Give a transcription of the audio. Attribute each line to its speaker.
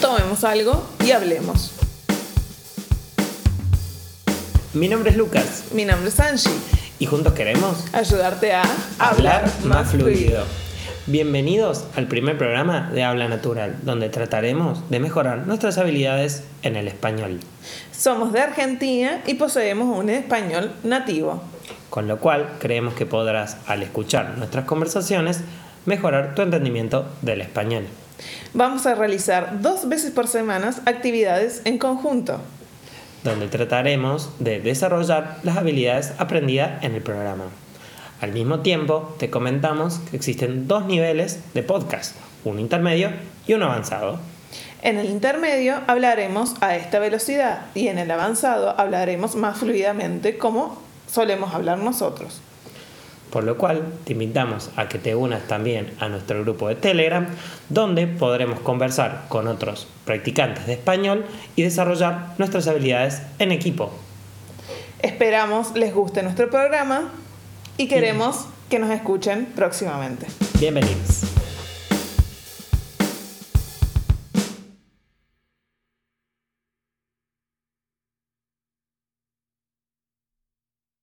Speaker 1: tomemos algo y hablemos.
Speaker 2: Mi nombre es Lucas
Speaker 1: Mi nombre es Angie.
Speaker 2: y juntos queremos
Speaker 1: ayudarte a
Speaker 2: hablar más fluido. Bienvenidos al primer programa de Habla Natural, donde trataremos de mejorar nuestras habilidades en el español.
Speaker 1: Somos de Argentina y poseemos un español nativo.
Speaker 2: Con lo cual creemos que podrás, al escuchar nuestras conversaciones, mejorar tu entendimiento del español.
Speaker 1: Vamos a realizar dos veces por semana actividades en conjunto.
Speaker 2: donde trataremos de desarrollar las habilidades aprendidas en el programa. Al mismo tiempo, te comentamos que existen dos niveles de podcast, un intermedio y uno avanzado.
Speaker 1: En el intermedio hablaremos a esta velocidad y en el avanzado hablaremos más fluidamente como solemos hablar nosotros.
Speaker 2: Por lo cual, te invitamos a que te unas también a nuestro grupo de Telegram, donde podremos conversar con otros practicantes de español y desarrollar nuestras habilidades en equipo.
Speaker 1: Esperamos les guste nuestro programa y queremos que nos escuchen próximamente.
Speaker 2: Bienvenidos.